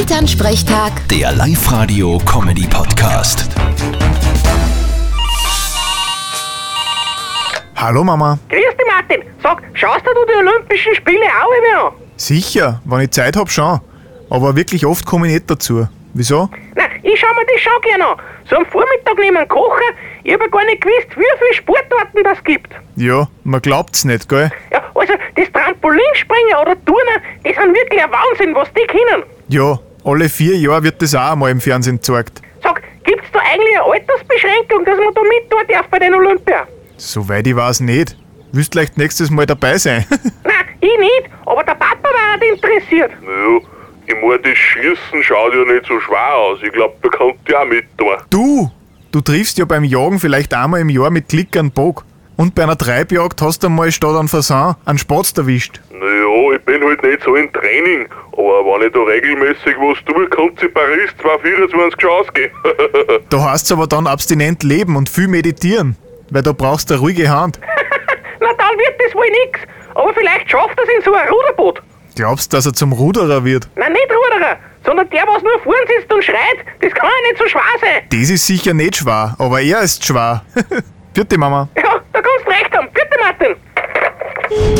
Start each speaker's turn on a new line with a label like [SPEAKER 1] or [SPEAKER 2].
[SPEAKER 1] Elternsprechtag,
[SPEAKER 2] Der Live-Radio-Comedy-Podcast.
[SPEAKER 3] Hallo Mama.
[SPEAKER 4] Grüß dich, Martin. Sag, schaust du die Olympischen Spiele auch immer an?
[SPEAKER 3] Sicher, wenn ich Zeit hab, schon. Aber wirklich oft komme ich nicht dazu. Wieso?
[SPEAKER 4] Nein, ich schau mir das schon gerne an. So am Vormittag neben dem Kocher, ich hab ja gar nicht gewusst, wie viele Sportarten das gibt.
[SPEAKER 3] Ja, man glaubt's nicht, gell?
[SPEAKER 4] Ja, also, das Trampolinspringen oder Turnen, das sind wirklich ein Wahnsinn, was die können.
[SPEAKER 3] Ja, alle vier Jahre wird das auch einmal im Fernsehen gezeigt.
[SPEAKER 4] Sag, gibt's da eigentlich eine Altersbeschränkung, dass man da mit tun darf bei den Olympia?
[SPEAKER 3] Soweit ich weiß nicht. Willst vielleicht nächstes Mal dabei sein?
[SPEAKER 4] Nein, ich nicht, aber der Papa war auch interessiert.
[SPEAKER 5] Ja, ich meine, das Schießen schaut ja nicht so schwer aus. Ich glaube, da kommt ja auch mitmachen.
[SPEAKER 3] du! Du triffst ja beim Jagen vielleicht einmal im Jahr mit Klick einen Bock. Und bei einer Treibjagd hast du einmal statt einem Fasan einen Spatz erwischt.
[SPEAKER 5] Naja, ich bin halt nicht so im Training, aber wenn ich da regelmäßig was tue, kann's in Paris 2024 schon ausgehen.
[SPEAKER 3] Da heißt's aber dann abstinent leben und viel meditieren. Weil da brauchst du eine ruhige Hand.
[SPEAKER 4] Na, dann wird das wohl nix. Aber vielleicht schafft er's in so ein Ruderboot.
[SPEAKER 3] Glaubst, dass er zum Ruderer wird?
[SPEAKER 4] Nein, nicht Ruderer, sondern der, was nur vorn sitzt und schreit, das kann ja nicht so schwer sein.
[SPEAKER 3] Das ist sicher nicht schwer, aber er ist schwer. Vierte Mama.
[SPEAKER 4] Ja, da kannst du recht haben. Bitte, Martin.